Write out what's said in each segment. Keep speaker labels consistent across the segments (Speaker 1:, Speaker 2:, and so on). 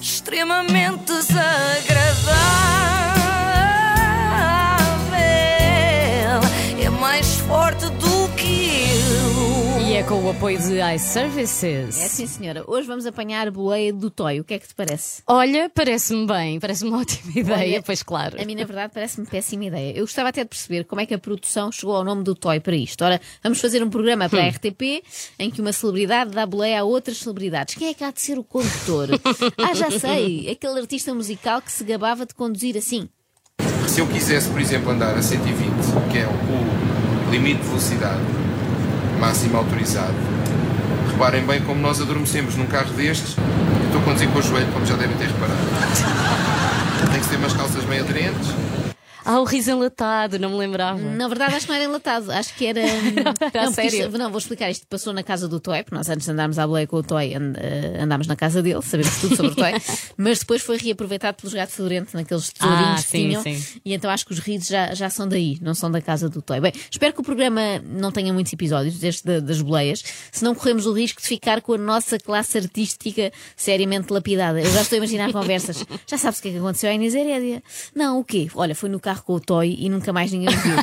Speaker 1: extremamente desagradável. É mais forte do que eu.
Speaker 2: E é com o apoio de iServices.
Speaker 3: É sim, senhora. Hoje vamos apanhar a boleia do Toy. O que é que te parece?
Speaker 2: Olha, parece-me bem, parece-me uma ótima ideia,
Speaker 3: Olha, é
Speaker 2: pois claro.
Speaker 3: A mim, na verdade, parece-me péssima ideia. Eu gostava até de perceber como é que a produção chegou ao nome do Toy para isto. Ora, vamos fazer um programa para a RTP em que uma celebridade dá boleia a outras celebridades. Quem é que há de ser o condutor? ah, já sei. Aquele artista musical que se gabava de conduzir assim.
Speaker 4: Se eu quisesse, por exemplo, andar a 120, que é o, o limite de velocidade máximo autorizado, reparem bem como nós adormecemos num carro destes. Eu estou a conduzir com o joelho, como já devem ter reparado. Tem que ter umas calças bem aderentes.
Speaker 2: Ah, o riso enlatado, não me lembrava.
Speaker 3: Na verdade, acho que não era enlatado. Acho que era. hum, não, porque
Speaker 2: sério?
Speaker 3: isto- não, vou explicar. Isto passou na casa do Toy, porque nós antes de andarmos à boleia com o Toy, and- eh, andámos na casa dele, sabemos tudo sobre o Toy. mas depois foi reaproveitado pelos gatos fedorentos naqueles tesourinhos
Speaker 2: Ah,
Speaker 3: que
Speaker 2: sim,
Speaker 3: tinham.
Speaker 2: sim.
Speaker 3: E então acho que os risos já, já são daí, não são da casa do Toy. Bem, espero que o programa não tenha muitos episódios deste da- das boleias, senão corremos o risco de ficar com a nossa classe artística seriamente lapidada. Eu já estou a imaginar conversas. Já sabes o que é que aconteceu à Inês Herédia? Não, o quê? Olha, foi no carro com o Toy e nunca mais ninguém o viu.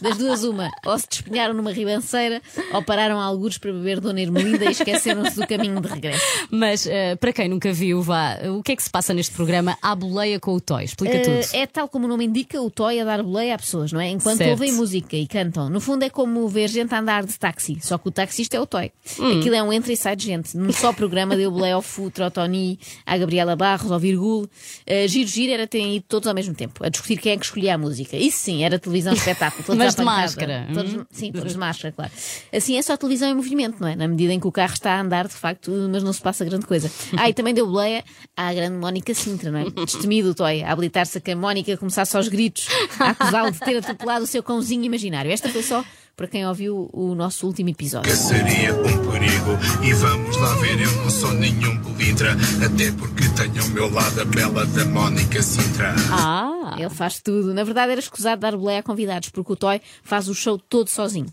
Speaker 3: Das duas, uma. Ou se despenharam numa ribanceira, ou pararam a algures para beber Dona Ermelinda e esqueceram-se do caminho de regresso.
Speaker 2: Mas eh, para quem nunca viu, vá, o que é que se passa neste programa A Boleia com o Toy? Explica
Speaker 3: Eh,
Speaker 2: tudo.
Speaker 3: É tal como o nome indica, o toy a dar boleia a pessoas, não é? Enquanto
Speaker 2: Certo.
Speaker 3: ouvem música e cantam. No fundo é como ver gente a andar de táxi, só que o taxista é o toy.
Speaker 2: Hum.
Speaker 3: Aquilo é um entra e sai de gente. Num só programa deu boleia ao Futre, ao Tony, à Gabriela Barros, ao Virgul. Eh, giro, giro era terem ido todos ao mesmo tempo, a discutir quem é que escolhia a música. Isso sim, era televisão espetáculo. todos
Speaker 2: Mas
Speaker 3: à
Speaker 2: de
Speaker 3: pancada.
Speaker 2: máscara.
Speaker 3: Todos-
Speaker 2: Hum.
Speaker 3: Sim, todos de máscara, claro. Assim é só televisão em movimento, não é? Na medida em que o carro está a andar, de facto, mas não se passa grande coisa. Ah, e também deu boleia à grande Mónica Sintra, não é? Destemido o Toy, a habilitar-se a que a Mónica começasse aos gritos, a acusá-lo de ter atropelado o seu cãozinho imaginário. Esta foi só para quem ouviu o nosso último episódio.
Speaker 5: seria um perigo. E vamos lá ver, eu não sou nenhum polidra, até porque tenho ao meu lado a bela da Mónica Sintra.
Speaker 2: Ah,
Speaker 3: Ele faz tudo. Na verdade, era escusado dar boleia a convidados, porque o Toy faz o show todo sozinho.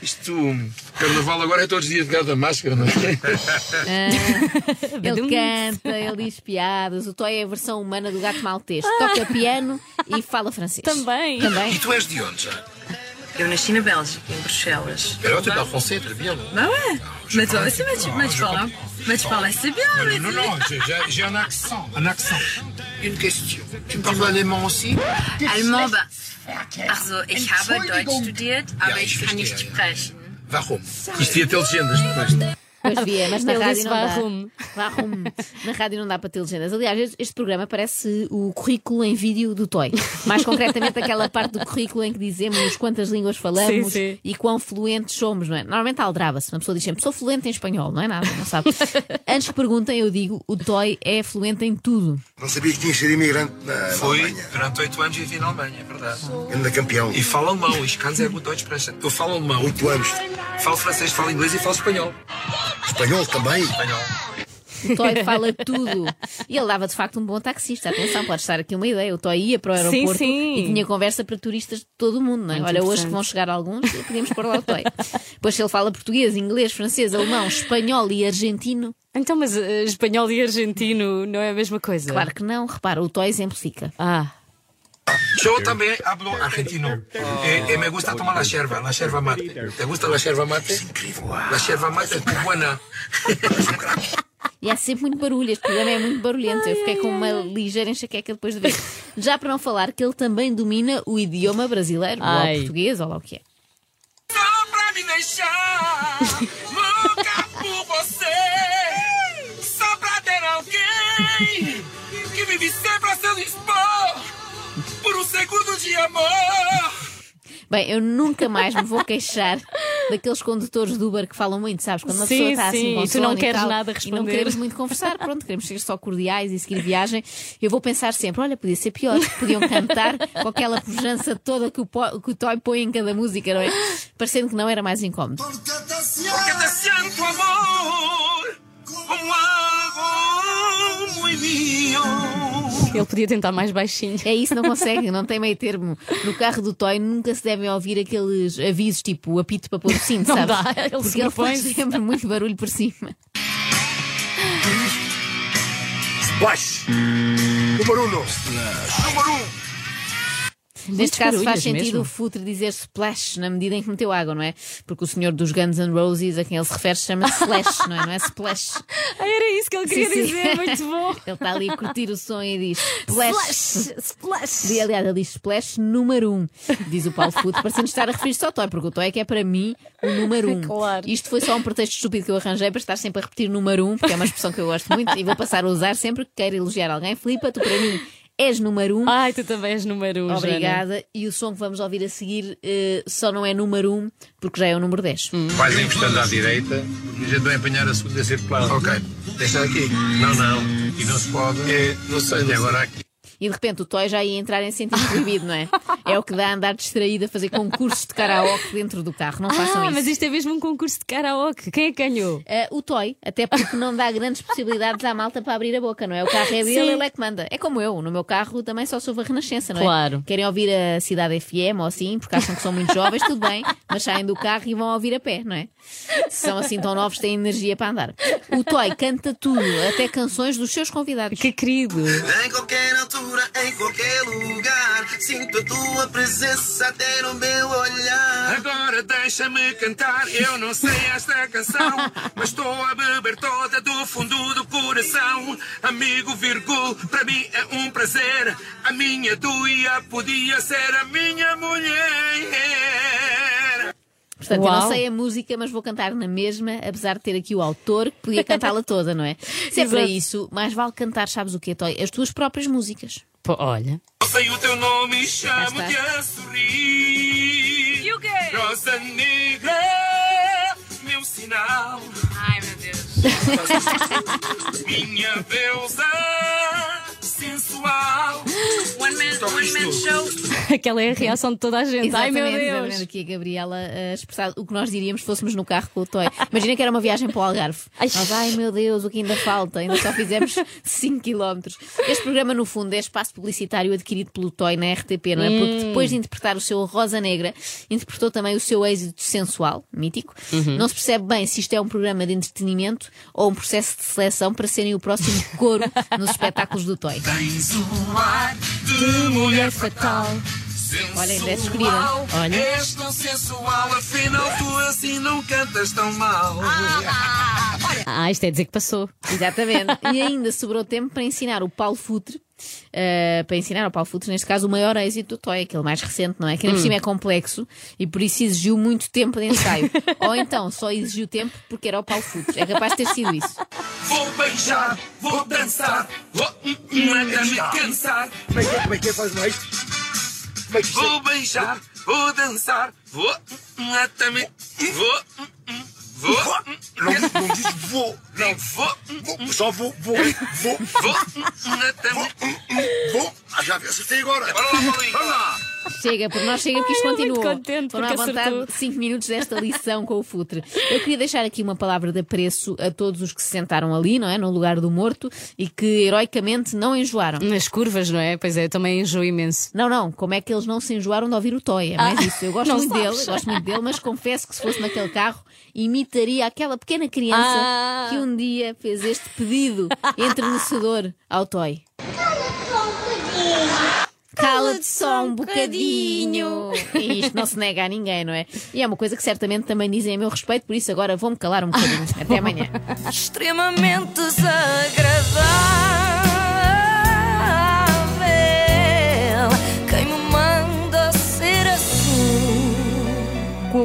Speaker 4: Isto, carnaval agora é todos os dias de da máscara, não é?
Speaker 3: Ele é
Speaker 2: Badum.
Speaker 3: canta, ele diz piadas. O Toy é a versão humana do gato maltês. Toca piano e fala francês.
Speaker 2: Ah. também.
Speaker 3: Também.
Speaker 5: E tu és de onde já?
Speaker 6: Eu nasci na Bélgica, em Bruxelas. é?
Speaker 5: Garoto então, da Alfonso, très bien.
Speaker 6: Bah ouais Mais toi aussi, mais tu, mais tu parles, mais tu parles assez bien, mais tu-
Speaker 5: j'ai j'ai un accent, un accent. Une question. Tu parles allemand aussi
Speaker 6: Allemand, bah, also ich habe Deutsch studiert, aber
Speaker 5: É Ja, ich
Speaker 6: ich kann nicht
Speaker 5: verstehe, ja.
Speaker 6: sprechen.
Speaker 5: Warum? Isto ia ter legendas depois.
Speaker 3: Pois via, mas na
Speaker 2: Ele
Speaker 3: rádio
Speaker 2: disse
Speaker 3: não
Speaker 2: vá
Speaker 3: dá.
Speaker 2: rumo.
Speaker 3: Vá rumo. Na rádio não dá para ter legendas. Aliás, este- este programa parece o currículo em vídeo do Toy. Mais concretamente, aquela parte do currículo em que dizemos quantas línguas falamos
Speaker 2: Sim, sim.
Speaker 3: e quão fluentes somos, não é? Normalmente aldraba-se. Uma pessoa diz sempre, sou fluente em espanhol, não é nada, não sabe. Antes que perguntem, eu digo, o Toy é fluente em tudo.
Speaker 7: Não sabia que tinha sido imigrante na, na
Speaker 4: Foi,
Speaker 7: Alemanha.
Speaker 4: durante oito anos vivi na Alemanha, é verdade.
Speaker 7: Ainda campeão.
Speaker 4: E falo alemão, ich kann sehr gut Deutsch sprechen. Eu falo alemão,
Speaker 7: Oito anos.
Speaker 4: falo francês, falo inglês e falo espanhol.
Speaker 7: Espanhol também.
Speaker 4: Espanhol.
Speaker 3: O Toy fala tudo. E ele dava de facto um bom taxista. Atenção, pode estar aqui uma ideia. O Toy ia para o
Speaker 2: Sim,
Speaker 3: aeroporto
Speaker 2: sim.
Speaker 3: e tinha conversa para turistas de todo o mundo. Não é?
Speaker 2: Muito
Speaker 3: Olha, hoje
Speaker 2: interessante.
Speaker 3: que vão chegar alguns, podemos pôr lá o Toy. Pois se ele fala português, inglês, francês, alemão, espanhol e argentino,
Speaker 2: Então, mas eh, espanhol e argentino não é a mesma coisa?
Speaker 3: claro que não. Repara, o Toy exemplifica.
Speaker 2: Ah,
Speaker 4: Yo también hablo argentino. Eh, eh, me gusta tomar la yerba, la yerba mate. ¿Te gusta la yerba mate?
Speaker 7: é
Speaker 4: La yerba mate é es muy buena.
Speaker 3: E há sempre muito barulho. Este programa é muito barulhento. Eu fiquei com uma ligeira enxaqueca depois de ver. Já para não falar que ele também domina o idioma brasileiro, ou
Speaker 2: Ai.
Speaker 3: o português, ou lá o que é.
Speaker 4: Não pra me deixar, nunca por você. Só pra ter alguém que vive sempre a seu dispor. um Por um segundo de amor.
Speaker 3: Bem, eu nunca mais me vou queixar daqueles condutores do Uber que falam muito, sabes? Quando uma
Speaker 2: Sim,
Speaker 3: pessoa está
Speaker 2: sim,
Speaker 3: assim com
Speaker 2: e tu não
Speaker 3: sono
Speaker 2: queres
Speaker 3: e tal,
Speaker 2: nada
Speaker 3: E não
Speaker 2: responder.
Speaker 3: queremos muito conversar, pronto, queremos ser só cordiais e seguir viagem. Eu vou pensar sempre: olha, podia ser pior, podiam cantar com aquela pujança toda que o, po- que o Toy põe em cada música, não é? Parecendo que não era mais incómodo.
Speaker 5: tá
Speaker 4: Porque te siento
Speaker 5: um
Speaker 4: amor como algo muy mío.
Speaker 2: Ele podia tentar mais baixinho.
Speaker 3: É isso, não consegue, não tem meio termo. No carro do Toy nunca se devem ouvir aqueles avisos tipo apito para pôr o cinto,
Speaker 2: Não
Speaker 3: sabes?
Speaker 2: dá, ele
Speaker 3: Porque ele faz
Speaker 2: sobrepõe-se.
Speaker 3: sempre muito barulho por cima.
Speaker 5: Splash. Número uno. Número um.
Speaker 3: É, Neste caso faz
Speaker 2: barulhos
Speaker 3: sentido
Speaker 2: mesmo.
Speaker 3: o Futre dizer splash na medida em que meteu água, não é? Porque o senhor dos Guns N' Roses a quem ele se refere chama-se Slash, não é? Não é Splash.
Speaker 2: Ah, era isso que ele queria
Speaker 3: Sim, sim.
Speaker 2: dizer, muito bom.
Speaker 3: Ele está ali a curtir o som e diz splash.
Speaker 2: Splash! Splash!
Speaker 3: E, Aliás, ele diz splash número 1, um, diz o Paulo Futre, parecendo estar a referir-se ao Toy, porque o Toy é que é para mim o número 1. Um.
Speaker 2: Claro.
Speaker 3: Isto foi só um pretexto estúpido que eu arranjei para estar sempre a repetir número 1, um, porque é uma expressão que eu gosto muito e vou passar a usar sempre que quero elogiar alguém. Filipa, tu para mim és número 1. Um.
Speaker 2: Ai, tu também és número um, Joana.
Speaker 3: Obrigada. E o som que vamos ouvir a seguir eh, só não é número 1, um, porque já é o número 10.
Speaker 2: Hum.
Speaker 4: Vais encostando à direita e a gente vai apanhar a segunda circular.
Speaker 8: Ok, deixa aqui.
Speaker 4: Não, não. E não se pode.
Speaker 8: É, não sei,
Speaker 4: Até
Speaker 8: não sei.
Speaker 4: agora aqui.
Speaker 3: E de repente o Toy já ia entrar em sentido proibido, não é? É o que dá a andar distraído a fazer concursos de karaoke dentro do carro. Não façam
Speaker 2: Ah,
Speaker 3: isso.
Speaker 2: mas isto é mesmo um concurso de karaoke. Quem é que ganhou?
Speaker 3: Eh, o toy, até porque não dá grandes possibilidades à malta para abrir a boca, não é? O carro é dele,
Speaker 2: Sim.
Speaker 3: ele é que manda. É como eu, no meu carro também só sou a Renascença, não é?
Speaker 2: Claro.
Speaker 3: Querem ouvir a Cidade FM ou assim, porque acham que são muito jovens, tudo bem, mas saem do carro e vão ouvir a pé, não é? Se são assim tão novos, têm energia para andar. O toy canta tudo, até canções dos seus convidados.
Speaker 2: Que querido!
Speaker 9: Em qualquer altura, em qualquer lugar, sinto a tua presença até no meu olhar.
Speaker 4: Agora deixa-me cantar, eu não sei esta canção, mas estou a beber toda do fundo do coração. Amigo, vírgula, para mim é um prazer. A minha doia podia ser a minha mulher.
Speaker 3: Portanto, eu não
Speaker 2: Uau.
Speaker 3: sei a música, mas vou cantar na mesma, apesar de ter aqui o autor que podia cantá-la toda, não é? Se é para
Speaker 2: Exato.
Speaker 3: isso, mais vale cantar, sabes o quê, Toy? As tuas próprias músicas.
Speaker 2: Pô, olha.
Speaker 4: Eu sei o teu nome e chamo-te
Speaker 3: está.
Speaker 4: a sorrir.
Speaker 6: E o quê?
Speaker 4: Rosa negra, meu sinal,
Speaker 6: Ai, meu Deus.
Speaker 4: minha deusa sensual.
Speaker 6: One man,
Speaker 5: Então,
Speaker 6: one man show.
Speaker 2: Aquela é a reação de toda a gente. Ai, meu
Speaker 3: Exatamente, exatamente,
Speaker 2: Deus!
Speaker 3: Aqui a Gabriela eh, a expressar o que nós diríamos se fôssemos no carro com o Toy. Imagina que era uma viagem para o Algarve.
Speaker 2: Ai.
Speaker 3: Nós, ai meu Deus, o que ainda falta? Ainda só fizemos 5 km. Este programa, no fundo, é espaço publicitário adquirido pelo Toy na RTP,
Speaker 2: Hum.
Speaker 3: não é? Porque depois de interpretar o seu Rosa Negra, interpretou também o seu êxito sensual, mítico.
Speaker 2: Uhum.
Speaker 3: Não se percebe bem se isto é um programa de entretenimento ou um processo de seleção para serem o próximo coro nos espetáculos do Toy.
Speaker 4: Tens um ar de mulher fatal.
Speaker 3: Olha, ainda é escolhida.
Speaker 4: Olha. És tão sensual, afinal tu assim não cantas tão mal.
Speaker 2: Ah, isto é dizer que passou.
Speaker 3: Exatamente. E ainda sobrou tempo para ensinar o Paulo Futre. eh, para ensinar ao Paulo Futre, neste caso, o maior êxito do Toy, aquele mais recente, não é? Que ainda
Speaker 2: Hum.
Speaker 3: por cima é complexo e por isso exigiu muito tempo de ensaio. Ou então só exigiu tempo porque era o Paulo Futre. É capaz de ter sido isso.
Speaker 4: Vou beijar, vou dançar, vou hum, hum, até me cansar.
Speaker 5: Como é que é? Como é que é? Faz mais. Como é que isto é?
Speaker 4: Vou beijar, vou dançar, vou hum, hum, até me. Vou. hum, hum, Vou. hum,
Speaker 5: Não, não diz vou. Não.
Speaker 4: Vou. hum,
Speaker 5: Vou. Só vou. Vou. Vou.
Speaker 4: Vou. hum, hum, Até me.
Speaker 5: Vou. Ah, já vi. Acertei
Speaker 4: Bora
Speaker 5: agora.
Speaker 4: lá, Paulinho. Bora lá.
Speaker 3: Chega, por nós chega porque isto
Speaker 2: Ai, eu
Speaker 3: continua.
Speaker 2: muito contente
Speaker 3: Foram à
Speaker 2: porque
Speaker 3: vontade
Speaker 2: acertou.
Speaker 3: 5 minutos desta lição com o Futre. Eu queria deixar aqui uma palavra de apreço a todos os que se sentaram ali, não é? No lugar do morto e que heroicamente não enjoaram.
Speaker 2: Nas curvas, não é? Pois é, eu também enjoo imenso.
Speaker 3: Não, não, como é que eles não se enjoaram de ouvir o Toy? É mais isso. Eu gosto
Speaker 2: não
Speaker 3: muito
Speaker 2: sabes.
Speaker 3: dele, eu gosto muito dele, mas confesso que se fosse naquele carro, imitaria aquela pequena criança
Speaker 2: Ah.
Speaker 3: que um dia fez este pedido entrenecedor ao Toy. Cala-te só um bocadinho. E isto não se nega a ninguém, não é? E é uma coisa que certamente também dizem a meu respeito, por isso agora vou-me calar um bocadinho. Até amanhã.
Speaker 1: extremamente desagradável. Quem me manda ser assim?
Speaker 10: Com o